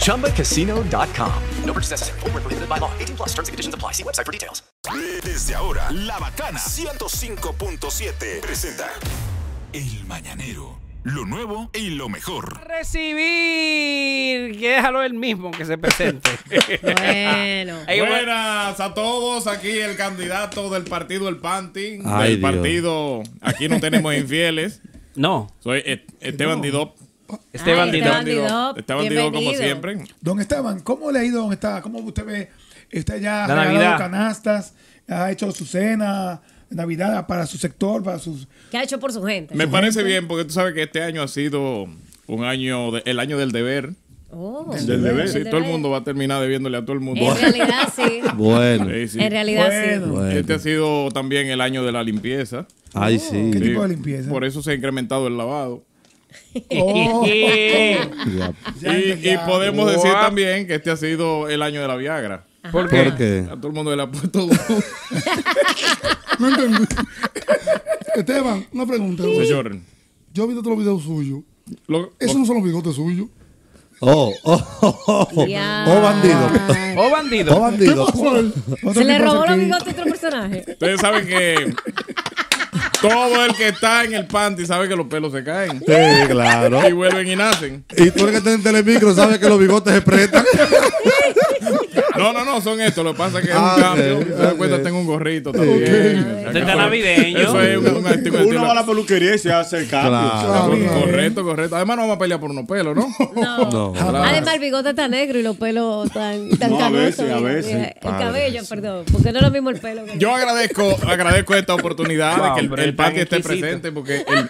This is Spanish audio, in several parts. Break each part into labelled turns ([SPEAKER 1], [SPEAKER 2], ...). [SPEAKER 1] ChumbaCasino.com. No purchase necessary. Forward, prohibited by law. 18 plus terms and conditions apply. See website for details.
[SPEAKER 2] Desde ahora, La Bacana 105.7 presenta El Mañanero. Lo nuevo y lo mejor.
[SPEAKER 3] Recibir. Que déjalo él mismo que se presente.
[SPEAKER 4] Bueno.
[SPEAKER 3] Ey, bueno.
[SPEAKER 5] Buenas a todos, aquí el candidato del partido El Panting,
[SPEAKER 4] Ay,
[SPEAKER 5] del
[SPEAKER 4] Dios.
[SPEAKER 5] partido Aquí no tenemos infieles.
[SPEAKER 3] No,
[SPEAKER 5] Soy E- Esteban Didop.
[SPEAKER 3] este bandido.
[SPEAKER 4] Esteban Didop,
[SPEAKER 5] Esteban Didop, como
[SPEAKER 4] bienvenido.
[SPEAKER 5] siempre.
[SPEAKER 6] Don Esteban, ¿cómo le ha ido, don Esteban? ¿Cómo usted ve? Usted ya ha
[SPEAKER 3] La
[SPEAKER 6] regalado
[SPEAKER 3] Navidad.
[SPEAKER 6] canastas, ha hecho su cena, Navidad para su sector, para sus...
[SPEAKER 4] ¿Qué ha hecho por su gente?
[SPEAKER 5] Me parece bien porque tú sabes que este año ha sido un año, de- el año del deber.
[SPEAKER 4] Oh.
[SPEAKER 6] Del deber.
[SPEAKER 5] Sí, todo el mundo va a terminar debiéndole a todo el mundo.
[SPEAKER 4] En realidad sí.
[SPEAKER 7] Bueno,
[SPEAKER 5] Sí, sí.
[SPEAKER 4] En realidad sí.
[SPEAKER 6] Bueno.
[SPEAKER 5] Este ha sido también el año de la limpieza.
[SPEAKER 7] ay
[SPEAKER 6] ¿Qué
[SPEAKER 7] sí.
[SPEAKER 6] tipo de limpieza?
[SPEAKER 5] Por eso se ha incrementado el lavado.
[SPEAKER 6] Oh,
[SPEAKER 7] Ya.
[SPEAKER 6] ya,
[SPEAKER 5] y,
[SPEAKER 6] ya.
[SPEAKER 5] y podemos decir
[SPEAKER 3] Guap.
[SPEAKER 5] también que este ha sido el año de la Viagra.
[SPEAKER 3] ¿Por qué?
[SPEAKER 7] ¿Por qué?
[SPEAKER 5] A todo el mundo le ha puesto duro.
[SPEAKER 6] No entendí. Esteban, una pregunta.
[SPEAKER 5] Señor,
[SPEAKER 6] Yo he visto todos los videos suyos.
[SPEAKER 5] lo-
[SPEAKER 6] Esos no son los bigotes suyos.
[SPEAKER 7] Oh, oh, oh, oh, oh.
[SPEAKER 4] Ya.
[SPEAKER 7] Oh, bandido.
[SPEAKER 6] Ah.
[SPEAKER 3] Oh, bandido.
[SPEAKER 7] Oh, bandido.
[SPEAKER 4] Se le robó los bigotes a otro personaje.
[SPEAKER 5] ustedes saben que todo el que está en el panty sabe que los pelos se caen.
[SPEAKER 7] Sí, claro.
[SPEAKER 5] Y vuelven y nacen.
[SPEAKER 7] Y tú el que estás en Telemicro sabes que los bigotes se prestan.
[SPEAKER 5] No, no, no, son estos. Lo que pasa es que es
[SPEAKER 7] Ah,
[SPEAKER 5] un cambio.
[SPEAKER 7] ok,
[SPEAKER 5] Se da cuenta,
[SPEAKER 7] ok.
[SPEAKER 5] tengo un gorrito también.
[SPEAKER 3] Este está navideño.
[SPEAKER 5] Eso es un, un estilo- Ah,
[SPEAKER 8] Uno va a la peluquería y se hace el cambio.
[SPEAKER 7] Claro.
[SPEAKER 5] Correcto, correcto. Además, no vamos a pelear por unos pelos, ¿no?
[SPEAKER 7] No.
[SPEAKER 4] Además, el bigote está negro y los pelos tan, tan
[SPEAKER 8] No, a
[SPEAKER 4] canosos.
[SPEAKER 8] veces, a
[SPEAKER 4] Mira,
[SPEAKER 8] veces.
[SPEAKER 4] mira, El cabello, perdón. Porque no es lo mismo el pelo. que-
[SPEAKER 5] Yo agradezco, agradezco esta oportunidad
[SPEAKER 3] Wow,
[SPEAKER 5] de que el,
[SPEAKER 3] pero
[SPEAKER 5] el
[SPEAKER 3] es tan
[SPEAKER 5] panty esté
[SPEAKER 3] exquisito.
[SPEAKER 5] presente porque el-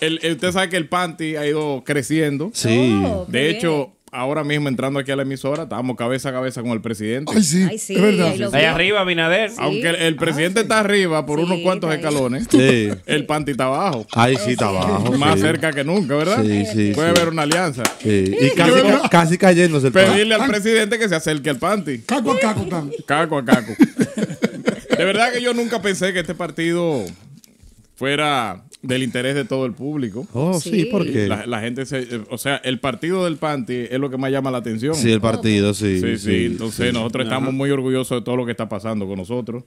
[SPEAKER 5] el- el- usted sabe que el panty ha ido creciendo.
[SPEAKER 7] Sí.
[SPEAKER 4] Oh, qué
[SPEAKER 5] De hecho, ahora mismo entrando aquí a la emisora, estábamos cabeza a cabeza con el presidente.
[SPEAKER 6] Ay, sí.
[SPEAKER 4] bien. Ay, sí.
[SPEAKER 6] Es verdad.
[SPEAKER 4] ahí lo vi.
[SPEAKER 3] Allá arriba, Binader.
[SPEAKER 5] Aunque el, el presidente está arriba por
[SPEAKER 4] Sí,
[SPEAKER 5] unos cuantos
[SPEAKER 4] está ahí.
[SPEAKER 5] escalones,
[SPEAKER 7] Sí.
[SPEAKER 5] el panty está abajo.
[SPEAKER 7] Ahí sí está abajo.
[SPEAKER 5] Más
[SPEAKER 7] sí.
[SPEAKER 5] cerca que nunca, ¿verdad?
[SPEAKER 7] Sí, sí,
[SPEAKER 5] Puede
[SPEAKER 7] sí.
[SPEAKER 5] haber una alianza.
[SPEAKER 7] Sí. Y casi, ca- casi cayéndose el pan.
[SPEAKER 5] Pedirle al presidente que se acerque al panty.
[SPEAKER 6] Caco a caco tan.
[SPEAKER 5] Caco a caco. De verdad que yo nunca pensé que este partido fuera del interés de todo el público.
[SPEAKER 7] Oh, sí,
[SPEAKER 4] Sí.
[SPEAKER 7] ¿por qué?
[SPEAKER 5] La, la gente se, eh, o sea, el partido del Panty es lo que más llama la atención.
[SPEAKER 7] Sí, el partido, sí.
[SPEAKER 5] Sí, sí, entonces nosotros estamos muy orgullosos de todo lo que está pasando con nosotros,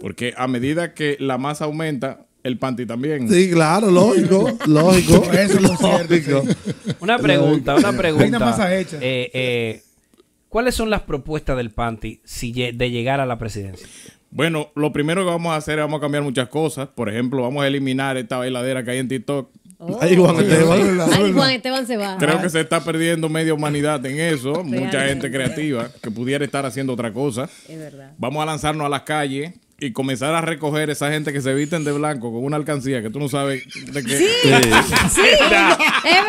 [SPEAKER 5] porque a medida que la masa aumenta, el Panty también.
[SPEAKER 7] Sí, claro, lógico, lógico.
[SPEAKER 6] Eso es
[SPEAKER 7] lógico.
[SPEAKER 3] Una pregunta, una
[SPEAKER 6] Vaina
[SPEAKER 3] pregunta.
[SPEAKER 6] masa hecha.
[SPEAKER 3] Eh, eh, ¿Cuáles son las propuestas del Panty si lle- de llegar a la presidencia?
[SPEAKER 5] Bueno, lo primero que vamos a hacer es vamos a cambiar muchas cosas. Por ejemplo, vamos a eliminar esta bailadera que hay en TikTok.
[SPEAKER 7] Oh, Ahí Juan Esteban.
[SPEAKER 4] Ay, Juan Esteban se va.
[SPEAKER 5] Creo que se está perdiendo media humanidad en eso. Mucha
[SPEAKER 4] Realmente.
[SPEAKER 5] gente creativa que pudiera estar haciendo otra cosa.
[SPEAKER 4] Es verdad.
[SPEAKER 5] Vamos a lanzarnos a las calles y comenzar a recoger esa gente que se visten de blanco con una alcancía que tú no sabes de qué.
[SPEAKER 4] Sí, es verdad.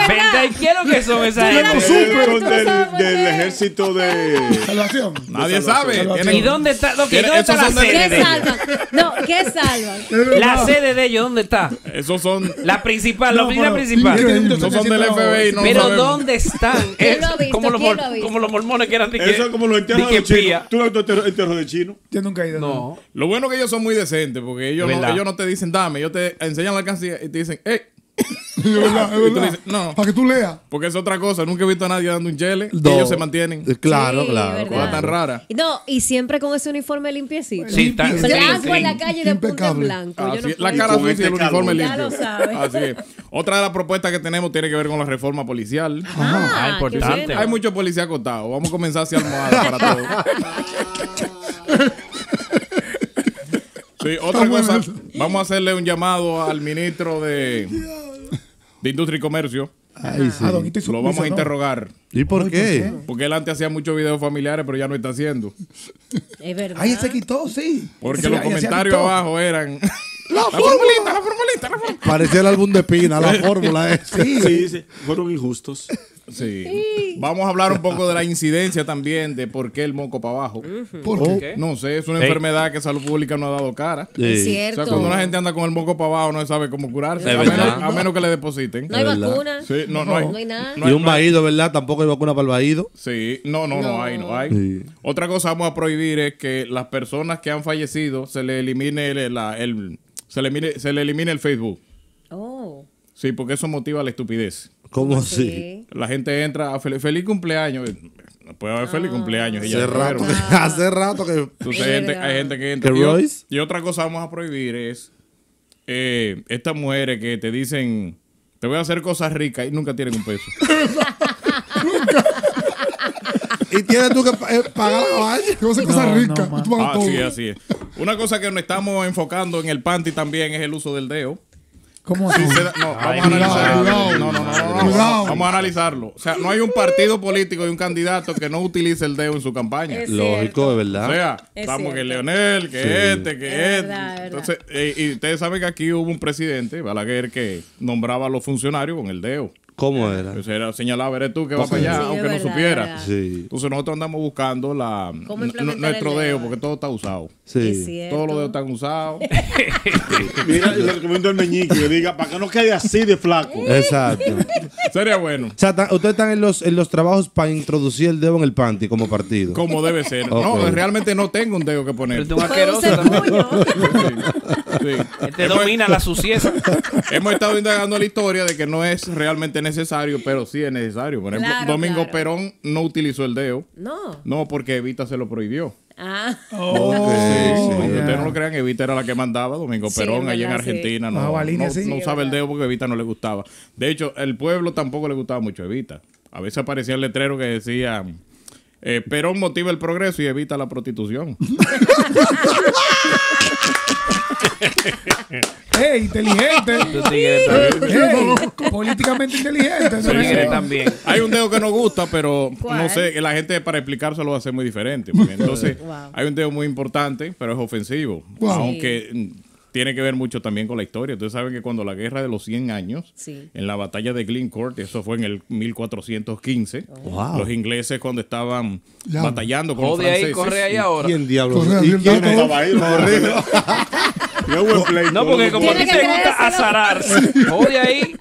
[SPEAKER 3] Venta, ¿y qué es lo que son esas
[SPEAKER 4] Yo no
[SPEAKER 3] gente?
[SPEAKER 4] supe.
[SPEAKER 8] Del,
[SPEAKER 4] Tú no sabes
[SPEAKER 8] del,
[SPEAKER 4] por qué.
[SPEAKER 8] del ejército de.
[SPEAKER 6] Salvación.
[SPEAKER 5] Nadie sabe. Tienen-
[SPEAKER 3] ¿Y dónde está, ok,
[SPEAKER 5] Mira,
[SPEAKER 3] ¿dónde está
[SPEAKER 5] esos
[SPEAKER 3] la
[SPEAKER 5] son de-
[SPEAKER 3] sede
[SPEAKER 4] ¿Qué
[SPEAKER 3] de ellos?
[SPEAKER 4] salvan? No, ¿qué salvan?
[SPEAKER 3] La sede de ellos, ¿dónde está?
[SPEAKER 5] Esos son,
[SPEAKER 3] La principal, la
[SPEAKER 6] No,
[SPEAKER 3] oficina
[SPEAKER 6] pero-
[SPEAKER 3] principal.
[SPEAKER 6] Increíble.
[SPEAKER 5] esos son del FBI. No lo
[SPEAKER 3] Pero
[SPEAKER 5] sabemos.
[SPEAKER 3] ¿dónde están?
[SPEAKER 4] ¿Quién lo
[SPEAKER 3] Es
[SPEAKER 4] ha visto?
[SPEAKER 3] como, los
[SPEAKER 4] ¿Quién
[SPEAKER 3] mor-
[SPEAKER 4] lo ha visto?
[SPEAKER 3] como los mormones que eran de que,
[SPEAKER 8] Eso es como los
[SPEAKER 3] de
[SPEAKER 8] entierros
[SPEAKER 3] que
[SPEAKER 8] de chinos.
[SPEAKER 3] espía.
[SPEAKER 8] ¿Tú has visto entierros de chinos?
[SPEAKER 6] Yo nunca he ido.
[SPEAKER 3] No.
[SPEAKER 5] Lo bueno que ellos son muy decentes porque ellos,
[SPEAKER 3] Es
[SPEAKER 5] no,
[SPEAKER 3] verdad.
[SPEAKER 5] ellos no te dicen dame, ellos te enseñan la alcancía y te dicen, hey,
[SPEAKER 6] Es verdad, es
[SPEAKER 5] Y tú
[SPEAKER 6] verdad.
[SPEAKER 5] dices, no.
[SPEAKER 6] Para que tú leas.
[SPEAKER 5] porque es otra cosa. Nunca he visto a nadie dando un chele y
[SPEAKER 7] No. Eh,
[SPEAKER 5] ellos se mantienen.
[SPEAKER 7] Claro,
[SPEAKER 4] Sí,
[SPEAKER 7] claro.
[SPEAKER 4] verdad.
[SPEAKER 5] Cosa tan
[SPEAKER 7] claro.
[SPEAKER 5] rara.
[SPEAKER 4] No, y siempre con ese uniforme limpiecito.
[SPEAKER 3] Sí, está-
[SPEAKER 6] Limpio.
[SPEAKER 3] sí,
[SPEAKER 4] Blanco
[SPEAKER 3] sí.
[SPEAKER 4] en la calle de punta en
[SPEAKER 6] Impecable.
[SPEAKER 4] blanco. Yo
[SPEAKER 5] Así
[SPEAKER 4] no
[SPEAKER 5] es, Ah, la
[SPEAKER 4] puedo.
[SPEAKER 5] cara
[SPEAKER 8] Y con
[SPEAKER 5] sucia y
[SPEAKER 8] este
[SPEAKER 5] el uniforme
[SPEAKER 8] calor.
[SPEAKER 5] limpio.
[SPEAKER 4] Ya lo sabes.
[SPEAKER 5] Así es. Otra de las propuestas que tenemos tiene que ver con la reforma policial.
[SPEAKER 4] Ah,
[SPEAKER 3] Ah, importante.
[SPEAKER 4] qué bueno.
[SPEAKER 5] Hay muchos policías acostados. Vamos a comenzar hacia almohada para todos. Sí, otra cosa, vamos a hacerle un llamado al ministro de, de Industria y Comercio.
[SPEAKER 7] Ay, sí. Ah, don
[SPEAKER 6] este
[SPEAKER 7] Ito y su
[SPEAKER 5] Lo vamos a
[SPEAKER 7] pizza, ¿no?
[SPEAKER 5] interrogar.
[SPEAKER 7] ¿Y por qué?
[SPEAKER 5] Porque él antes hacía muchos videos familiares, pero ya no está haciendo.
[SPEAKER 9] Es verdad.
[SPEAKER 6] Ahí se quitó, sí.
[SPEAKER 5] Porque
[SPEAKER 6] Sí,
[SPEAKER 5] los
[SPEAKER 6] ahí se
[SPEAKER 5] comentarios
[SPEAKER 6] quitó.
[SPEAKER 5] abajo eran.
[SPEAKER 6] La
[SPEAKER 5] formulita, la formulita, la
[SPEAKER 6] formulita.
[SPEAKER 7] Parecía el álbum de Pina, la fórmula es.
[SPEAKER 8] Sí, sí, sí, fueron injustos.
[SPEAKER 5] Sí. Vamos a hablar un poco de la incidencia también, de por qué el moco para abajo.
[SPEAKER 8] ¿Por qué?
[SPEAKER 5] No sé, es una
[SPEAKER 8] Ey.
[SPEAKER 5] enfermedad que Salud Pública no ha dado cara.
[SPEAKER 7] Sí. Es
[SPEAKER 5] O
[SPEAKER 7] cierto.
[SPEAKER 5] sea, cuando la gente anda con el moco para abajo no sabe cómo curarse.
[SPEAKER 7] Es
[SPEAKER 5] A
[SPEAKER 7] verdad.
[SPEAKER 5] menos, a menos que le depositen.
[SPEAKER 7] No hay Es verdad. vacuna.
[SPEAKER 5] Sí, no, no hay.
[SPEAKER 7] No
[SPEAKER 4] hay nada.
[SPEAKER 5] No hay-
[SPEAKER 7] y un vaído, ¿verdad? Tampoco hay vacuna para el vaído.
[SPEAKER 5] Sí, no, no, no, hay, no hay.
[SPEAKER 7] Sí.
[SPEAKER 5] Otra cosa vamos a prohibir es que las personas que han fallecido se le elimine el, la- el- se le elimine, se le elimine el Facebook.
[SPEAKER 9] Oh.
[SPEAKER 5] Sí, porque eso motiva la estupidez.
[SPEAKER 7] ¿Cómo así?
[SPEAKER 5] La gente entra a fel- feliz cumpleaños. No puede haber
[SPEAKER 6] Ah.
[SPEAKER 5] feliz cumpleaños. y ya
[SPEAKER 7] Hace rato,
[SPEAKER 5] fueron.
[SPEAKER 7] hace rato que.
[SPEAKER 5] Entonces, hay gente, hay gente que entra.
[SPEAKER 7] ¿Que
[SPEAKER 5] Y, o-
[SPEAKER 7] Royce?
[SPEAKER 5] y otra cosa vamos a prohibir es eh, estas mujeres que te dicen, te voy a hacer cosas ricas y nunca tienen un peso.
[SPEAKER 7] Y tienes tú que eh, pagar la vaina. ¿Cómo se cosa rica? Tú pagas todo.
[SPEAKER 5] Así es, Ah, así es. Una cosa que nos estamos enfocando en el panty también es el uso del dedo.
[SPEAKER 6] ¿Cómo
[SPEAKER 5] así? no,
[SPEAKER 6] Ay,
[SPEAKER 5] vamos a analizarlo.
[SPEAKER 6] cuidado.
[SPEAKER 5] No, no, no, no, no,
[SPEAKER 6] Cuidado.
[SPEAKER 5] Vamos a analizarlo. O sea, no hay un partido político y un candidato que no utilice el dedo en su campaña.
[SPEAKER 7] Es Lógico,
[SPEAKER 5] O
[SPEAKER 7] es verdad.
[SPEAKER 5] sea,
[SPEAKER 7] Es
[SPEAKER 5] estamos que
[SPEAKER 7] cierto.
[SPEAKER 5] Leonel, que
[SPEAKER 7] Sí.
[SPEAKER 5] este, que
[SPEAKER 7] Es
[SPEAKER 5] este.
[SPEAKER 7] verdad, es verdad.
[SPEAKER 5] Entonces, eh, y ustedes saben que aquí hubo un presidente, Balaguer, que nombraba a los funcionarios con el dedo.
[SPEAKER 7] ¿Cómo era?
[SPEAKER 5] Entonces era señalaba, eres tú que
[SPEAKER 7] Sí.
[SPEAKER 5] vas para allá,
[SPEAKER 7] Sí, es
[SPEAKER 5] aunque
[SPEAKER 7] verdad,
[SPEAKER 5] no supiera.
[SPEAKER 7] es verdad. Sí.
[SPEAKER 5] Entonces nosotros andamos buscando la
[SPEAKER 7] ¿Cómo
[SPEAKER 5] n-
[SPEAKER 7] implementar el
[SPEAKER 5] nuestro
[SPEAKER 7] dedo?
[SPEAKER 5] dedo, porque todo está usado.
[SPEAKER 7] Sí. Es
[SPEAKER 8] cierto.
[SPEAKER 5] Todos los dedos están usados.
[SPEAKER 8] Mira, yo le recomiendo al meñique que diga para que no quede así de flaco.
[SPEAKER 7] Exacto.
[SPEAKER 5] Sería bueno.
[SPEAKER 7] O sea, ta- ustedes están en los, en los trabajos para introducir el dedo en el panty como partido.
[SPEAKER 5] Como debe ser.
[SPEAKER 7] Ok.
[SPEAKER 5] No, realmente no tengo un dedo que poner.
[SPEAKER 3] Pero tú un Puede asqueroso usar también. Este domina la suciedad.
[SPEAKER 5] Hemos estado indagando la historia de que no es realmente necesario, pero sí es necesario. Por ejemplo,
[SPEAKER 9] Claro,
[SPEAKER 5] Domingo Perón no utilizó el dedo.
[SPEAKER 9] No.
[SPEAKER 5] No, porque Evita se lo prohibió.
[SPEAKER 9] Ah.
[SPEAKER 5] Sí, sí. Aunque
[SPEAKER 6] ya.
[SPEAKER 5] Ustedes no lo crean, Evita era la que mandaba Domingo
[SPEAKER 9] Sí,
[SPEAKER 5] Perón
[SPEAKER 9] es
[SPEAKER 5] allá en
[SPEAKER 9] verdad, sí.
[SPEAKER 5] Argentina.
[SPEAKER 6] Los
[SPEAKER 5] No,
[SPEAKER 6] jabalines,
[SPEAKER 5] no-
[SPEAKER 6] sí.
[SPEAKER 5] no usaba el dedo porque Evita no le gustaba. De hecho, el pueblo tampoco le gustaba mucho a Evita. A veces aparecía el letrero que decía eh, Perón motiva el progreso y evita la prostitución.
[SPEAKER 6] ¡Ey, inteligente!
[SPEAKER 3] Tú tigres también.
[SPEAKER 6] Ey, políticamente inteligente.
[SPEAKER 5] Sí,
[SPEAKER 6] ¿no?
[SPEAKER 5] sí. Hay un dedo que nos gusta, pero
[SPEAKER 6] ¿Cuál?
[SPEAKER 5] no sé, que la gente para explicárselo hace muy diferente. porque entonces,
[SPEAKER 6] Wow.
[SPEAKER 5] hay un dedo muy importante, pero es ofensivo.
[SPEAKER 6] Wow.
[SPEAKER 5] Aunque mm, tiene que ver mucho también con la historia. Ustedes saben que cuando la guerra de los 100 años,
[SPEAKER 9] Sí.
[SPEAKER 5] en la batalla de Glencourt, eso fue en el 1415,
[SPEAKER 7] Wow.
[SPEAKER 5] los ingleses cuando estaban
[SPEAKER 7] Ya.
[SPEAKER 5] batallando con
[SPEAKER 3] Jode
[SPEAKER 5] los
[SPEAKER 3] ahí,
[SPEAKER 5] franceses.
[SPEAKER 3] corre ahí ahora.
[SPEAKER 7] ¿Quién diablo?
[SPEAKER 5] Corre,
[SPEAKER 7] ¿Y
[SPEAKER 5] bien,
[SPEAKER 7] quién
[SPEAKER 5] bien,
[SPEAKER 7] es?
[SPEAKER 5] estaba ahí, no,
[SPEAKER 7] Corre.
[SPEAKER 8] Qué buen play.
[SPEAKER 3] No, porque como a ti te gusta azarar. Oye ahí.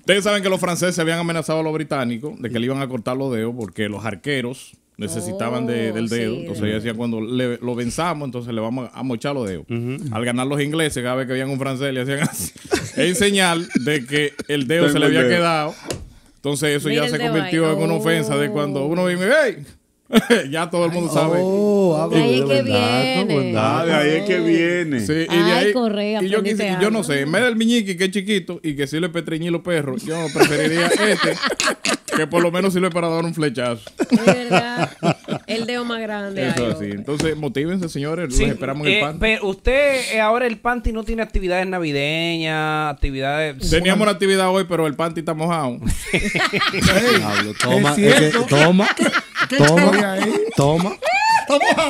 [SPEAKER 5] Ustedes saben que los franceses habían amenazado a los británicos de que le iban a cortar los dedos porque los arqueros necesitaban
[SPEAKER 8] Oh,
[SPEAKER 5] de- del dedo. entonces ellos decían, cuando le- lo venzamos, entonces le vamos a mochar los dedos. Al ganar los ingleses, cada vez que veían un francés, le hacían así. en señal de que el dedo
[SPEAKER 8] Tengo
[SPEAKER 5] se le
[SPEAKER 8] el
[SPEAKER 5] había
[SPEAKER 8] dedo.
[SPEAKER 5] quedado. Entonces eso
[SPEAKER 8] Mira
[SPEAKER 5] ya
[SPEAKER 8] el
[SPEAKER 5] se
[SPEAKER 8] dedo
[SPEAKER 5] convirtió
[SPEAKER 8] ahí.
[SPEAKER 5] en una
[SPEAKER 8] Oh.
[SPEAKER 5] ofensa de cuando uno viene, ¡hey! ya todo el mundo sabe.
[SPEAKER 8] Oh.
[SPEAKER 4] Ay, es que viene.
[SPEAKER 8] Ah, de ahí es que viene.
[SPEAKER 5] Sí, y de
[SPEAKER 4] Ay,
[SPEAKER 5] ahí-
[SPEAKER 4] corre,
[SPEAKER 5] y yo,
[SPEAKER 4] aprendiste
[SPEAKER 5] quise-
[SPEAKER 4] algo.
[SPEAKER 5] yo no sé, en vez del miñique que es chiquito y que sirve para estreñir los perros, yo preferiría este, que por lo menos sirve para dar un flechazo.
[SPEAKER 9] El dedo más grande.
[SPEAKER 5] Eso
[SPEAKER 9] ay,
[SPEAKER 5] así. Entonces, motívense, señores,
[SPEAKER 3] Sí,
[SPEAKER 5] los esperamos en
[SPEAKER 3] eh,
[SPEAKER 5] el pan.
[SPEAKER 3] pero usted eh, ahora el panty no tiene actividades navideñas, actividades.
[SPEAKER 5] Teníamos una actividad hoy, pero el panty está mojado.
[SPEAKER 7] Diablo, toma, es que- toma, toma, toma,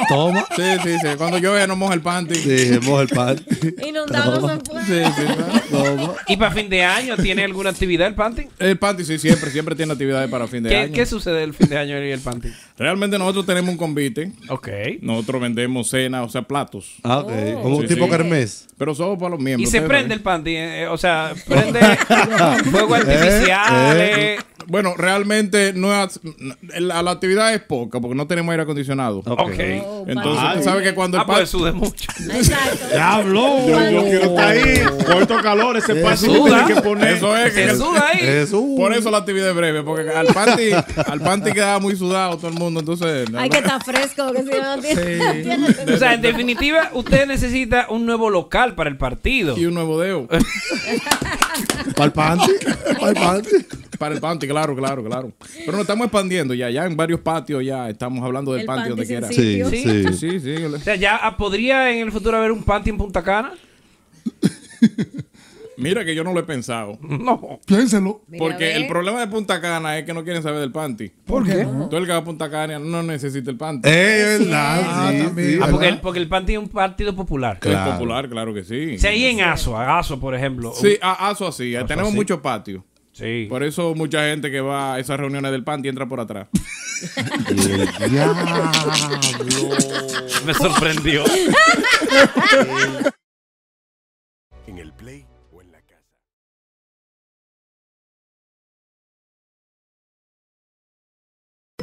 [SPEAKER 7] toma.
[SPEAKER 5] Sí, sí, sí. Cuando llueve no moja el panty.
[SPEAKER 7] Sí, moja el panty.
[SPEAKER 3] Inundado
[SPEAKER 7] Toma.
[SPEAKER 3] se
[SPEAKER 5] Sí, sí, sí.
[SPEAKER 3] Y para fin de año, ¿tiene alguna actividad el panty?
[SPEAKER 5] El panty, sí, siempre, siempre tiene actividades para fin de
[SPEAKER 3] ¿Qué,
[SPEAKER 5] año.
[SPEAKER 3] qué sucede el fin de año y el panty?
[SPEAKER 5] Realmente nosotros tenemos un convite.
[SPEAKER 3] Ok.
[SPEAKER 5] Nosotros vendemos cena, o sea, platos.
[SPEAKER 7] Ah, ok. Como un tipo kermés.
[SPEAKER 5] Pero solo para los
[SPEAKER 3] Y
[SPEAKER 5] miembros.
[SPEAKER 3] se
[SPEAKER 5] ustedes
[SPEAKER 3] prende
[SPEAKER 5] saben.
[SPEAKER 3] el panty, eh, eh, o sea, prende fuego artificial.
[SPEAKER 5] Eh, eh. Bueno, realmente no es- la, la actividad es poca porque no tenemos aire acondicionado.
[SPEAKER 3] Ok. Oh,
[SPEAKER 5] Entonces,
[SPEAKER 3] vale.
[SPEAKER 5] tú sabes que cuando
[SPEAKER 3] Ah, pues,
[SPEAKER 5] pan-
[SPEAKER 3] sude mucho.
[SPEAKER 5] ¡Ya habló!
[SPEAKER 8] Yo, yo quiero estar ahí. Con estos calores, ese
[SPEAKER 5] Se
[SPEAKER 8] paso
[SPEAKER 5] suda.
[SPEAKER 8] que tiene que poner.
[SPEAKER 5] Eso es.
[SPEAKER 8] Se
[SPEAKER 5] que-
[SPEAKER 8] suda ahí. Se suda.
[SPEAKER 5] Por eso la actividad es breve, porque al panty, al panty quedaba muy sudado todo el mundo, entonces...
[SPEAKER 4] Ay, que está fresco, que si no, no tiene- tiene-
[SPEAKER 3] O sea, en definitiva, usted necesita un nuevo local para el partido. Y
[SPEAKER 5] un nuevo deo.
[SPEAKER 7] Para el panty. Para el panty.
[SPEAKER 5] Para el panty, claro, claro, claro. Pero nos estamos expandiendo ya, ya en varios patios ya estamos hablando del
[SPEAKER 3] El
[SPEAKER 5] panty donde
[SPEAKER 3] panty
[SPEAKER 5] quiera.
[SPEAKER 3] sencillo. Sí,
[SPEAKER 5] sí,
[SPEAKER 3] sí.
[SPEAKER 5] sí. sí.
[SPEAKER 3] O sea, ya ah, podría en el futuro haber un panty en Punta Cana.
[SPEAKER 5] Mira que yo no lo he pensado.
[SPEAKER 3] No.
[SPEAKER 7] Piénselo.
[SPEAKER 3] Mira,
[SPEAKER 5] Porque
[SPEAKER 3] ve.
[SPEAKER 5] el problema de Punta Cana es que no quieren saber del panty. ¿Por qué? Tú el que va a Punta Cana no necesita el panty.
[SPEAKER 7] Eh, es verdad, Ah, sí, también, sí,
[SPEAKER 3] Ah, porque,
[SPEAKER 7] ¿verdad?
[SPEAKER 3] el, porque el panty es un partido popular.
[SPEAKER 5] Es popular, claro que sí.
[SPEAKER 3] Si ahí en Aso, a Aso, por ejemplo.
[SPEAKER 5] Sí, a Aso así. Tenemos
[SPEAKER 3] así.
[SPEAKER 5] muchos patios.
[SPEAKER 3] Sí.
[SPEAKER 5] Por eso mucha gente que va a esas reuniones del panty entra por atrás.
[SPEAKER 3] Me sorprendió.
[SPEAKER 10] En el play o en la casa.